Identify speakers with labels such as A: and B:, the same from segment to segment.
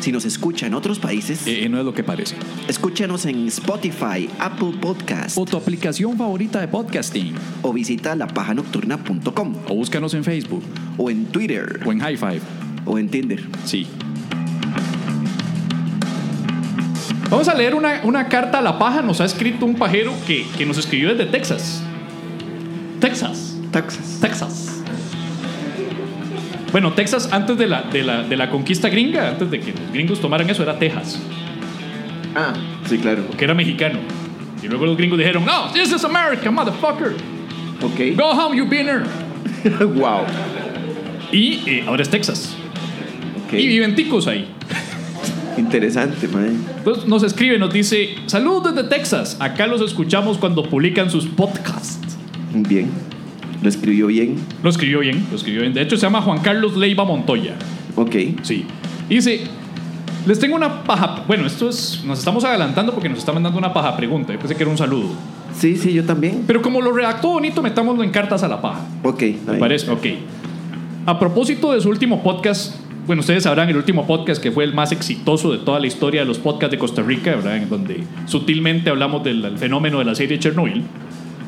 A: Si nos escucha en otros países,
B: Eh, no es lo que parece.
A: escúchanos en Spotify, Apple Podcast
B: O tu aplicación favorita de podcasting.
A: o visita lapajanocturna.com
B: O búscanos en Facebook.
A: o en Twitter
B: O en High Five.
A: o en Tinder.
B: Sí. Vamos a leer una, una carta a la paja. Nos ha escrito un pajero que, que nos escribió desde Texas. Texas.
A: Taxas.
B: Texas. Bueno, Texas antes de la, de la, de la conquista gringa, antes de que los gringos tomaran eso, era Texas,
A: Ah, sí, claro.
B: que era mexicano. Y luego los gringos dijeron, no, this is America, motherfucker.
A: Ok.
B: Go home, you beaner.
A: wow.
B: Y eh, ahora es Texas.
A: Ok.
B: Y viven ticos ahí.
A: Interesante, man.
B: Entonces nos escribe, nos dice, saludos desde Texas. Acá los escuchamos cuando publican sus podcasts.
A: Bien. Lo escribió bien.
B: Lo escribió bien, lo escribió bien. De hecho, se llama Juan Carlos Leiva Montoya.
A: Ok.
B: Sí. Dice, les tengo una paja. Bueno, esto es. Nos estamos adelantando porque nos está mandando una paja pregunta. Yo pensé que era un saludo.
A: Sí, sí, yo también.
B: Pero como lo redactó bonito, metámoslo en cartas a la paja.
A: Ok.
B: ¿Me parece? Ok. A propósito de su último podcast. Bueno, ustedes sabrán el último podcast que fue el más exitoso de toda la historia de los podcasts de Costa Rica, ¿verdad? En donde sutilmente hablamos del del fenómeno de la serie Chernobyl.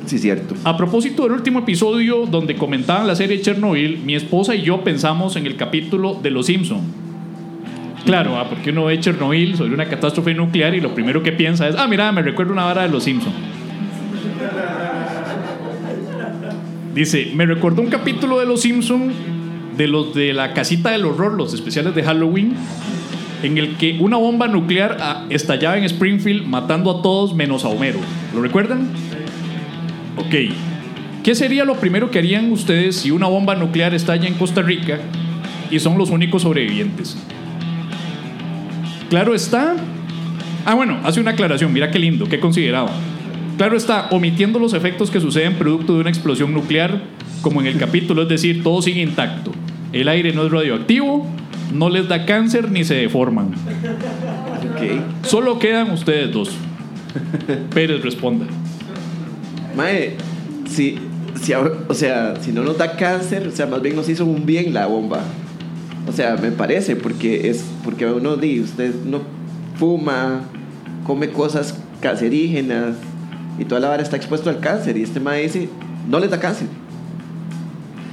A: Sí, cierto.
B: A propósito del último episodio donde comentaban la serie Chernobyl, mi esposa y yo pensamos en el capítulo de Los Simpson. Claro, ah, porque uno ve Chernobyl sobre una catástrofe nuclear y lo primero que piensa es, ah, mira, me recuerda una vara de Los Simpson. Dice, me recordó un capítulo de Los Simpson de los de la casita del horror, los especiales de Halloween, en el que una bomba nuclear ah, estallaba en Springfield matando a todos menos a Homero. ¿Lo recuerdan? Ok. ¿Qué sería lo primero que harían ustedes si una bomba nuclear estalla en Costa Rica y son los únicos sobrevivientes? Claro está. Ah, bueno, hace una aclaración. Mira qué lindo, qué considerado. Claro está, omitiendo los efectos que suceden producto de una explosión nuclear, como en el capítulo, es decir, todo sigue intacto. El aire no es radioactivo, no les da cáncer ni se deforman.
A: Ok.
B: Solo quedan ustedes dos. Pérez responda.
A: Mae, si, si, a- o sea, si no nos da cáncer, o sea, más bien nos hizo un bien la bomba. O sea, me parece, porque es porque uno di, usted no fuma, come cosas cancerígenas y toda la vara está expuesto al cáncer. Y este mae dice, no les da cáncer.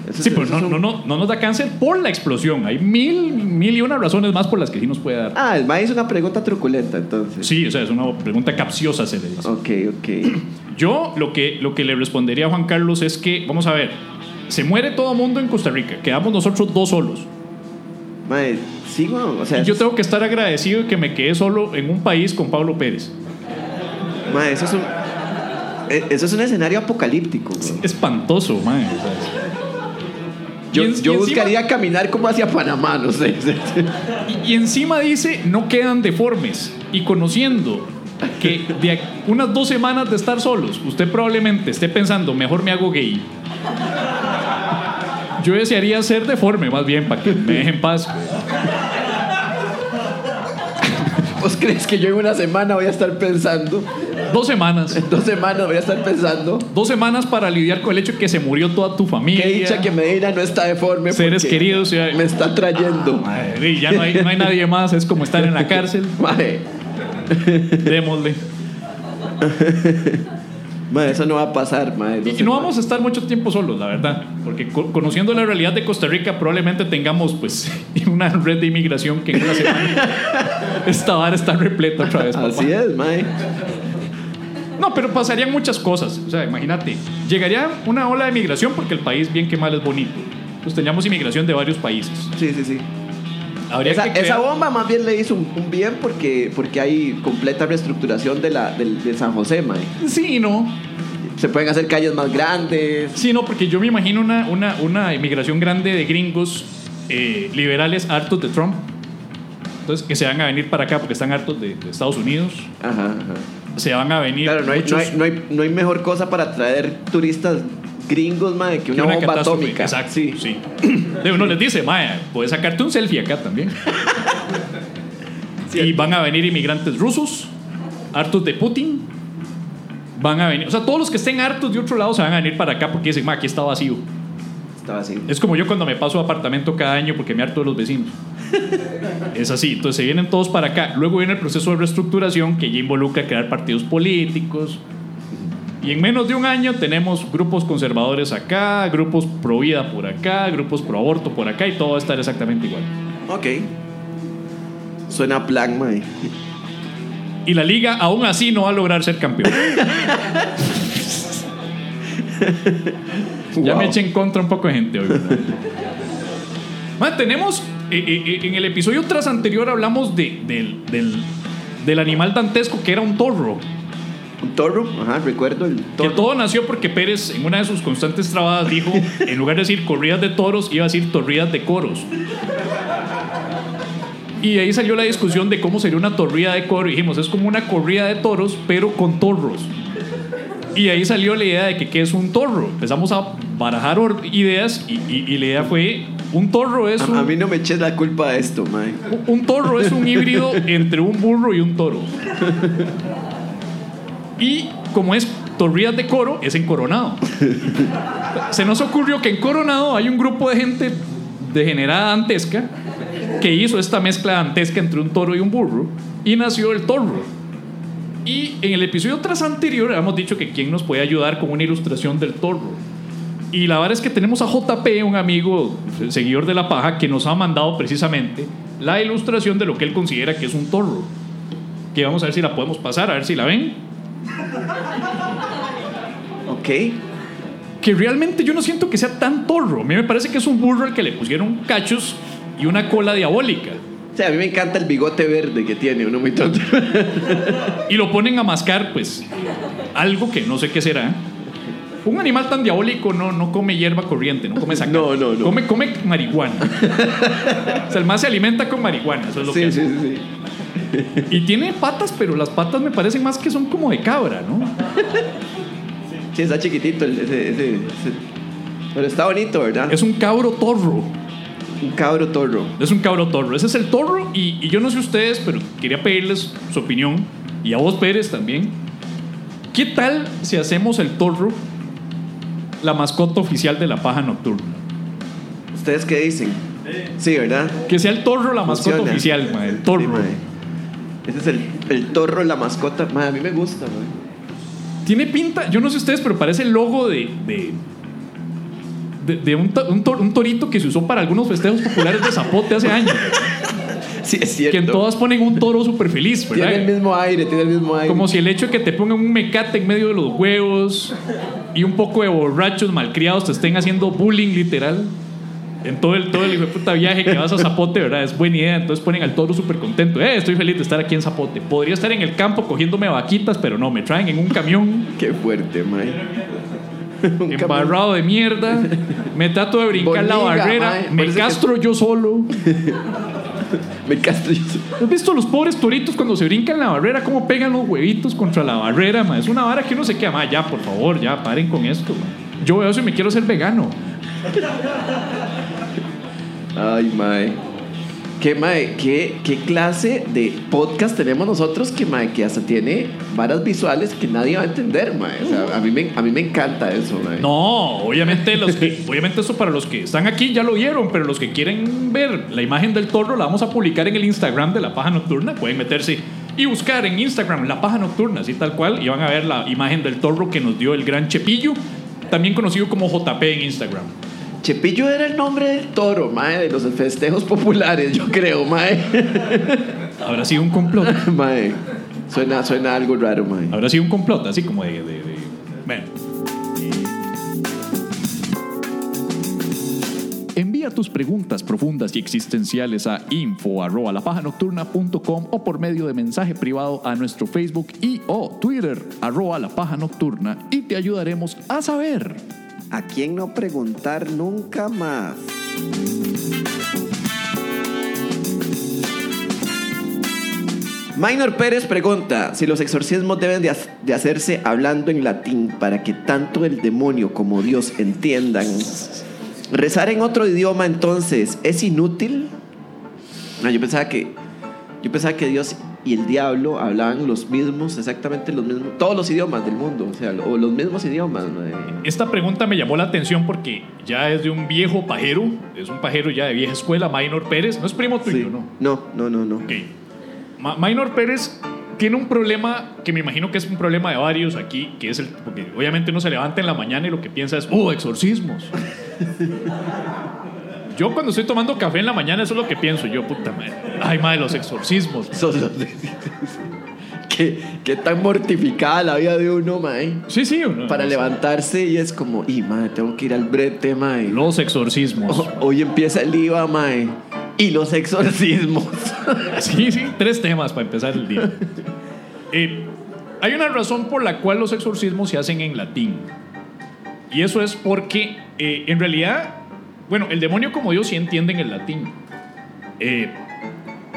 A: Eso
B: Sí,
A: es-
B: pero
A: eso
B: no,
A: es un-
B: no, no, no nos da cáncer por la explosión. Hay mil, mil y una razones más por las que sí nos puede dar.
A: Ah, el mae hizo una pregunta truculenta, entonces.
B: Sí, o sea, es una pregunta capciosa, se le dice.
A: Ok, ok.
B: Yo lo que, lo que le respondería a Juan Carlos es que, vamos a ver, se muere todo mundo en Costa Rica, quedamos nosotros dos solos.
A: Mae, sí, weón, o sea,
B: Y yo tengo que estar agradecido de que me quedé solo en un país con Pablo Pérez.
A: mae, eso es un. e- Eso es un escenario apocalíptico. weón.
B: Espantoso, man. o sea,
A: Yo,
B: Y en-
A: yo
B: y encima-
A: buscaría caminar como hacia Panamá, no sé.
B: Y, y encima dice, no quedan deformes. Y conociendo que de ac- unas dos semanas de estar solos, usted probablemente esté pensando, mejor me hago gay. Yo desearía ser deforme, más bien, para que me dejen en paz.
A: ¿Vos crees que yo en una semana voy a estar pensando?
B: Dos semanas.
A: En dos semanas voy a estar pensando
B: Dos semanas para lidiar con el hecho que se murió toda tu familia.
A: que dicha que Medina no está deforme.
B: Seres
A: porque
B: queridos, Ah, sí, ay.
A: Me está trayendo.
B: Madre, y ya no hay, no hay nadie más, es como estar en la cárcel.
A: Mae,
B: Démosle.
A: mae, eso no va a pasar, mae. dos
B: Y no
A: semanas.
B: vamos a estar mucho tiempo solos, la verdad, porque co- conociendo la realidad de Costa Rica probablemente tengamos pues una red de inmigración que en una semana esta vara está repleta otra vez. papá.
A: Así es, mae.
B: No, pero pasarían muchas cosas, o sea, imagínate, llegaría una ola de migración porque el país bien que mal es bonito. Pues teníamos inmigración de varios países.
A: Sí, sí, sí.
B: Habría
A: Esa,
B: que crear-
A: esa bomba más bien le hizo un, un bien porque, porque hay completa reestructuración de, la, del de San José, mae.
B: Sí, y no.
A: Se pueden hacer calles más grandes.
B: Sí, no, porque yo me imagino una, una, una inmigración grande de gringos eh, liberales hartos de Trump. Entonces, que se van a venir para acá porque están hartos de, de Estados Unidos.
A: Ajá, ajá.
B: se van a venir
A: Claro, no hay, no,
B: muchos-
A: hay, no, hay, no hay mejor cosa para atraer turistas gringos, mae, que una, bomba
B: catástrofe.
A: atómica.
B: Exacto,
A: Sí.
B: sí. De uno les dice, Maya, puedes sacarte un selfie acá también. y
A: Cierto.
B: van a venir inmigrantes rusos, hartos de Putin. Van a venir, o sea, todos los que estén hartos de otro lado se van a venir para acá porque dicen, ma, aquí está vacío.
A: Estaba así.
B: Es como yo cuando me paso de apartamento cada año porque me harto de los vecinos. es así, entonces se vienen todos para acá. Luego viene el proceso de reestructuración que ya involucra crear partidos políticos. Y en menos de un año tenemos grupos conservadores acá, grupos pro vida por acá, grupos pro aborto por acá y todo va a estar exactamente igual.
A: Ok. Suena a plan, mae.
B: Y la liga aún así no va a lograr ser campeón. Ya
A: Wow.
B: me eché en contra un poco de gente hoy. ¿verdad? Man, tenemos. eh, eh, eh, en el episodio tras anterior hablamos de- del, del- del animal dantesco que era un torro.
A: Un toro, ajá, recuerdo el
B: Que
A: toro.
B: todo nació porque Pérez, en una de sus constantes trabadas, dijo: en lugar de decir corridas de toros, iba a decir torridas de coros. Y de ahí salió la discusión de cómo sería una torrida de coro. Y dijimos: es como una corrida de toros, pero con torros. Y ahí salió la idea de que qué es un torro. Empezamos a barajar or- ideas y, y- y la idea fue: un torro es
A: A, a
B: un,
A: mí no me eches la culpa de esto, mae.
B: un torro es un híbrido entre un burro y un toro. Y como es torrías de coro, es en Coronado. Se nos ocurrió que en Coronado hay un grupo de gente degenerada dantesca que hizo esta mezcla dantesca entre un toro y un burro y nació el torro. Y en el episodio tras anterior habíamos dicho que quién nos puede ayudar con una ilustración del torro. Y la verdad es que tenemos a JP, un amigo, seguidor de la paja, que nos ha mandado precisamente la ilustración de lo que él considera que es un torro. Que vamos a ver si la podemos pasar, a ver si la ven.
A: Ok.
B: Que realmente yo no siento que sea tan torro. A mí me parece que es un burro al que le pusieron cachos y una cola diabólica.
A: O sea, a mí me encanta el bigote verde que tiene, uno muy tonto.
B: Y lo ponen a mascar, pues, algo que no sé qué será. Un animal tan diabólico no, no come hierba corriente, no come saca.
A: No, no, no.
B: Come, come marihuana. o sea, el más se alimenta con marihuana, eso es lo que
A: sí, sí,
B: hace.
A: sí, sí.
B: Y tiene patas, pero las patas me parecen más que son como de cabra, ¿no?
A: Sí, está chiquitito el- ese, ese- ese- Pero está bonito, ¿verdad?
B: Es un cabro torro.
A: un cabro toro.
B: Es un cabro torro. Ese es el torro y, y yo no sé ustedes, pero quería pedirles su opinión y a vos, Pérez, también. ¿Qué tal si hacemos el torro la mascota oficial de la paja nocturna?
A: ¿Ustedes qué dicen? Sí, ¿verdad?
B: Que sea el torro la mascota
A: Funciona.
B: oficial, ma, el
A: Sí,
B: torro.
A: mae. Ese es el, el torro, la mascota. Mae, a mí me gusta, mae.
B: Tiene pinta, yo no sé ustedes, pero parece el logo de. de de, de un, to- un tor- un torito que se usó para algunos festejos populares de Zapote hace años.
A: Sí, es
B: Que en
A: cierto.
B: todas ponen un toro súper feliz, ¿verdad?
A: Tiene el mismo aire, tiene el mismo aire.
B: Como si el hecho de que te pongan un mecate en medio de los huevos y un poco de borrachos malcriados te estén haciendo bullying literal en todo el, todo el hijo de puta viaje que vas a Zapote, ¿verdad? Es buena idea. Entonces ponen al toro súper contento. Eh, estoy feliz de estar aquí en Zapote. Podría estar en el campo cogiéndome vaquitas, pero no, me traen en un camión
A: Qué fuerte, mae. Un camión.
B: embarrado de mierda. Me trato de brincar la
A: Boniga,
B: barrera.
A: mae.
B: Me
A: Parece que-
B: castro yo solo.
A: Me castro.
B: ¿Has visto los pobres toritos cuando se brincan la barrera? ¿Cómo pegan los huevitos contra la barrera? ma? Es una vara que uno se queda, ma, ya, por favor, ya, paren con esto. ma. Yo veo si me quiero ser vegano.
A: Ay, mae. ¿Qué, mae? ¿Qué, ¿Qué clase de podcast tenemos nosotros que, mae, que hasta tiene varas visuales que nadie va a entender, mae? O sea, a mí me, a mí me encanta eso, mae.
B: No, obviamente, los que- obviamente eso para los que están aquí ya lo vieron, pero los que quieren ver la imagen del torro la vamos a publicar en el Instagram de La Paja Nocturna. Pueden meterse y buscar en Instagram La Paja Nocturna, así tal cual, y van a ver la imagen del torro que nos dio el gran Chepillo, también conocido como JP en Instagram.
A: Chepillo era el nombre del toro, mae, de los festejos populares, yo creo, mae.
B: Habrá sido un complot.
A: mae. Suena, suena algo raro, mae.
B: Habrá sido un complot, así como de. de- de- Bueno. Envía tus preguntas profundas y existenciales a info.lapajanocturna.com o por medio de mensaje privado a nuestro Facebook y o Twitter arroba la paja nocturna y te ayudaremos a saber.
A: ¿A quién no preguntar nunca más? Minor Pérez pregunta si los exorcismos deben de, ha- de hacerse hablando en latín para que tanto el demonio como Dios entiendan. Rezar en otro idioma entonces es inútil. No, yo pensaba que yo pensaba que Dios y el diablo hablaban los mismos, exactamente los mismos, todos los idiomas del mundo, o sea, o los mismos idiomas. ¿no? Eh,
B: Esta pregunta me llamó la atención porque ya es de un viejo pajero, es un pajero ya de vieja escuela, Minor Pérez, no es primo tuyo,
A: sí.
B: ¿no?
A: No, no, no, no.
B: Ok. Ma- Minor Pérez tiene un problema que me imagino que es un problema de varios aquí, que es el. Porque obviamente uno se levanta en la mañana y lo que piensa es, ¡uh, exorcismos! yo cuando estoy tomando café en la mañana, eso es lo que pienso. Yo, puta madre. Ay, madre, los exorcismos.
A: Son los- qué, qué tan mortificada la vida de uno, mae.
B: Sí, sí, uno-
A: Para levantarse y es como, y mae, tengo que ir al brete, mae.
B: Los exorcismos.
A: O- hoy empieza el IVA, mae. Y los exorcismos.
B: Sí, sí, tres temas para empezar el día. Eh, hay una razón por la cual los exorcismos se hacen en latín. Y eso es porque, eh, en realidad, bueno, el demonio como Dios sí entiende en el latín. Eh,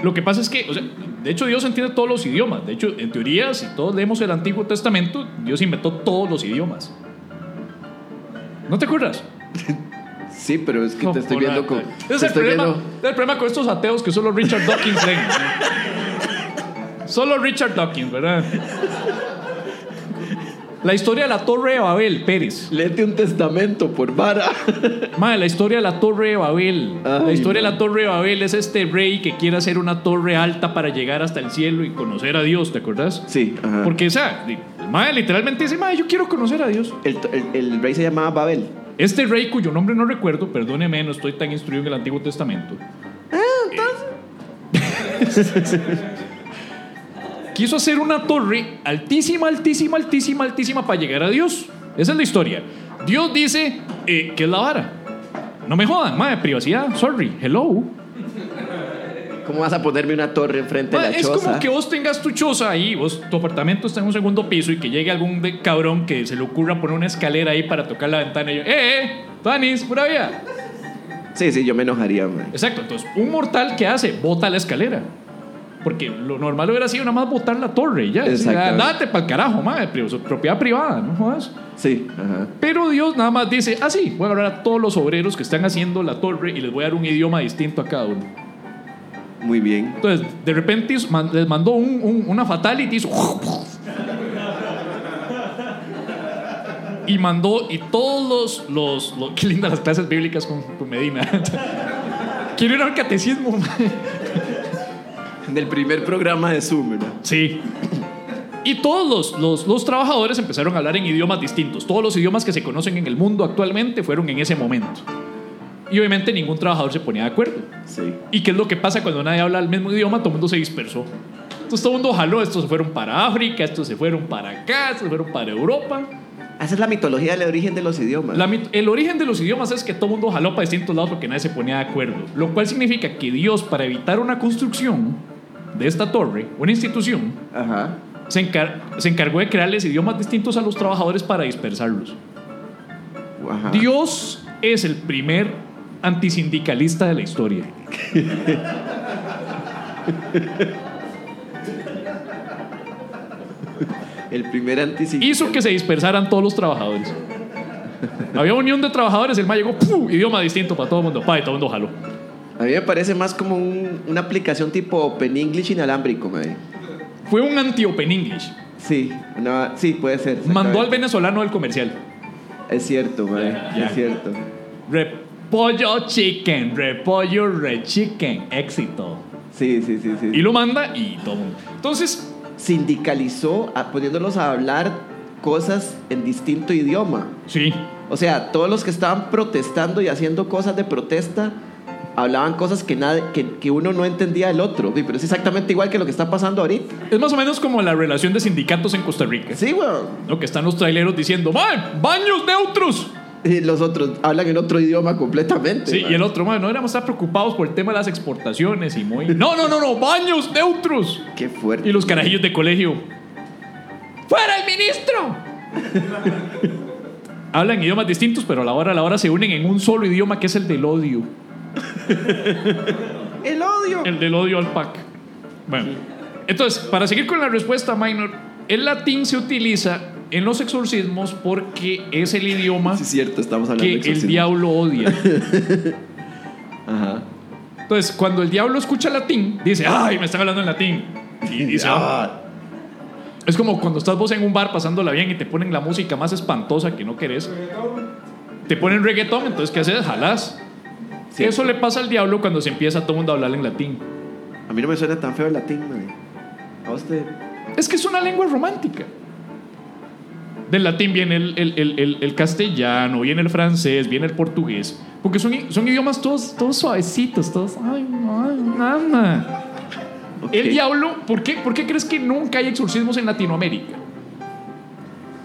B: lo que pasa es que, o sea, de hecho, Dios entiende todos los idiomas. De hecho, en teoría, si todos leemos el Antiguo Testamento, Dios inventó todos los idiomas. ¿No te acuerdas?
A: sí, pero es que
B: No,
A: te estoy
B: por
A: viendo
B: nada.
A: con.
B: Ese
A: te
B: es el
A: estoy
B: problema,
A: viendo-
B: ese es el problema con estos ateos que solo Richard Dawkins leen. solo Richard Dawkins, ¿verdad? La historia de la Torre de Babel, Pérez.
A: Léete un testamento por vara.
B: Madre, la historia de la Torre de Babel. la
A: Ay,
B: historia de la
A: man.
B: Torre de Babel es este rey que quiere hacer una torre alta para llegar hasta el cielo y conocer a Dios, ¿te acordás?
A: sí, ajá.
B: Porque, o sea, di- madre, literalmente dice, madre, yo quiero conocer a Dios.
A: El, el- el rey se llamaba Babel.
B: Este rey, cuyo nombre no recuerdo, perdóneme, no estoy tan instruido en el Antiguo Testamento.
A: Ah,
B: Eh, quiso hacer una torre altísima, altísima, altísima, altísima para llegar a Dios. Esa es la historia. Dios dice eh, que es la vara. No me jodan, madre, privacidad, sorry, hello.
A: ¿Cómo vas a ponerme una torre enfrente
B: Ma,
A: de la
B: es
A: choza?
B: como que vos tengas tu choza ahí, vos, tu apartamento está en un segundo piso y que llegue algún de- cabrón que se le ocurra poner una escalera ahí para tocar la ventana y yo, ¡eh, eh! ¡Tanis, pura vida!
A: Sí, sí, yo me enojaría, mae.
B: Exacto, entonces, un mortal que hace, bota la escalera. Porque lo normal hubiera sido nada más botar la torre y ya.
A: Exactamente.
B: Date para el carajo, madre, pri- su propiedad privada, no jodas.
A: Sí, ajá.
B: Pero Dios nada más dice, ah, sí, voy a hablar a todos los obreros que están haciendo la torre y les voy a dar un idioma distinto a cada uno.
A: Muy bien.
B: Entonces, de repente hizo- man- les mandó un- un- una fatality hizo- y mandó y todos los, los, los- qué lindas las clases bíblicas con, con Medina quiero ir al catecismo
A: Del primer programa de Zoom, ¿verdad?
B: Sí. Y todos los, los, los trabajadores empezaron a hablar en idiomas distintos. Todos los idiomas que se conocen en el mundo actualmente fueron en ese momento. Y obviamente ningún trabajador se ponía de acuerdo.
A: Sí.
B: ¿Y qué es lo que pasa cuando nadie habla el mismo idioma? Todo el mundo se dispersó. Entonces todo el mundo jaló. Estos se fueron para África, estos se fueron para acá, estos se fueron para Europa.
A: Esa es la mitología del origen de los idiomas.
B: La mit- el origen de los idiomas es que todo el mundo jaló para distintos lados porque nadie se ponía de acuerdo. Lo cual significa que Dios, para evitar una construcción de esta torre, una institución,
A: Ajá.
B: se, encar- se encargó de crearles idiomas distintos a los trabajadores para dispersarlos.
A: Ajá.
B: Dios es el primer antisindicalista de la historia.
A: El primer anticipo.
B: Hizo que se dispersaran todos los trabajadores. Había unión de trabajadores, el ma llegó, ¡pum! idioma distinto para todo el mundo. Pa, y todo el mundo jaló.
A: A mí me parece más como un- una aplicación tipo Open English inalámbrico, mae.
B: Fue un anti-open English.
A: Sí, una- sí, puede ser.
B: Mandó al
A: exactamente.
B: venezolano del comercial.
A: Es cierto, mae.
B: ya.
A: Es cierto.
B: Repollo chicken, repollo re chicken, éxito.
A: Sí, sí, sí, sí.
B: Y lo manda y todo el mundo. Entonces,
A: Sindicalizó a- poniéndolos a hablar cosas en distinto idioma.
B: sí,
A: O sea, todos los que estaban protestando y haciendo cosas de protesta hablaban cosas que, nada, que, que uno no entendía del otro. Sí, Pero es exactamente igual que lo que está pasando ahorita.
B: es más o menos como la relación de sindicatos en Costa Rica.
A: Sí, weón.
B: Lo que están los traileros diciendo, ¡Mae! ¡Baños neutros!
A: Y los otros hablan en otro idioma completamente.
B: Sí,
A: man.
B: y el otro, mae, no deberíamos estar preocupados por el tema de las exportaciones y muy. No, no, no, no, baños neutros.
A: Qué fuerte.
B: Y los carajillos de colegio. ¡Fuera el ministro! Hablan idiomas distintos, pero a la hora a la hora se unen en un solo idioma que es el del odio.
A: El odio.
B: El del odio al PAC. Bueno. Entonces, para seguir con la respuesta, Minor, el latín se utiliza en los exorcismos porque es el idioma
A: Sí, es cierto, estamos hablando
B: que
A: de
B: el
A: exorcismo.
B: diablo odia.
A: Ajá.
B: Entonces, cuando el diablo escucha latín, dice, ay, me están hablando en latín. Y dice,
A: Ah,
B: Es como cuando estás vos en un bar pasándola bien y te ponen la música más espantosa que no querés. Te ponen reggaetón, entonces ¿qué haces? Jalás.
A: sí.
B: Eso le pasa al diablo cuando se empieza todo el mundo a hablar en latín.
A: A mí no me suena tan feo el latín, madre. A usted.
B: Es que es una lengua romántica. Del latín viene el, el- el- el- el castellano, viene el francés, viene el portugués. Porque son, i- son idiomas todos, todos suavecitos, todos... Ay, ay, mamá.
A: Ok.
B: El diablo, ¿por qué, ¿por qué crees que nunca hay exorcismos en Latinoamérica?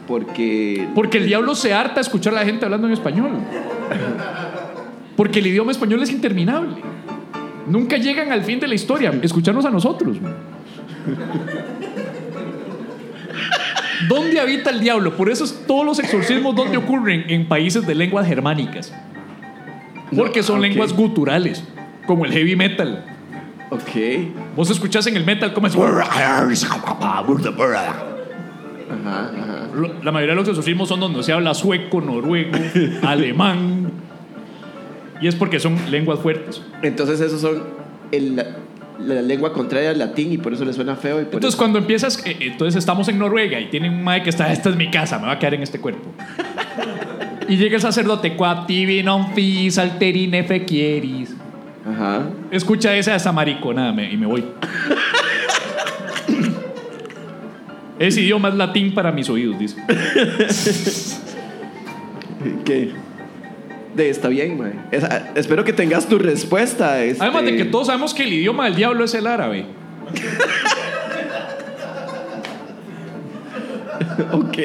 A: Porque.
B: Porque el diablo se harta de escuchar a la gente hablando en español. Porque el idioma español es interminable. Nunca llegan al fin de la historia. Escucharnos a nosotros. man. ¿Dónde habita el diablo? Por eso es todos los exorcismos donde ocurren en países de lenguas germánicas. Porque son
A: Ok.
B: lenguas guturales, como el heavy metal.
A: Ok.
B: Vos escuchás en el metal como es...
A: Ajá, ajá.
B: Lo- La mayoría de los exorcismos son donde se habla sueco, noruego, alemán. Y es porque son lenguas fuertes.
A: Entonces, esos son el- la, la lengua contraria al latín y por eso le suena feo. Y por
B: Entonces,
A: eso-
B: cuando empiezas, eh, entonces estamos en Noruega y tienen un mae que está, esta es mi casa, me va a quedar en este cuerpo. Y llega el sacerdote, "Quativi non fis alterine fequieris.
A: Ajá.
B: Escucha esa, esa mariconada me- y me voy. Ese idioma es latín para mis oídos, dice.
A: ¿Qué? De, está bien, mae. Esa- espero que tengas tu respuesta. este-
B: Además de que todos sabemos que el idioma del diablo es el árabe.
A: Ok.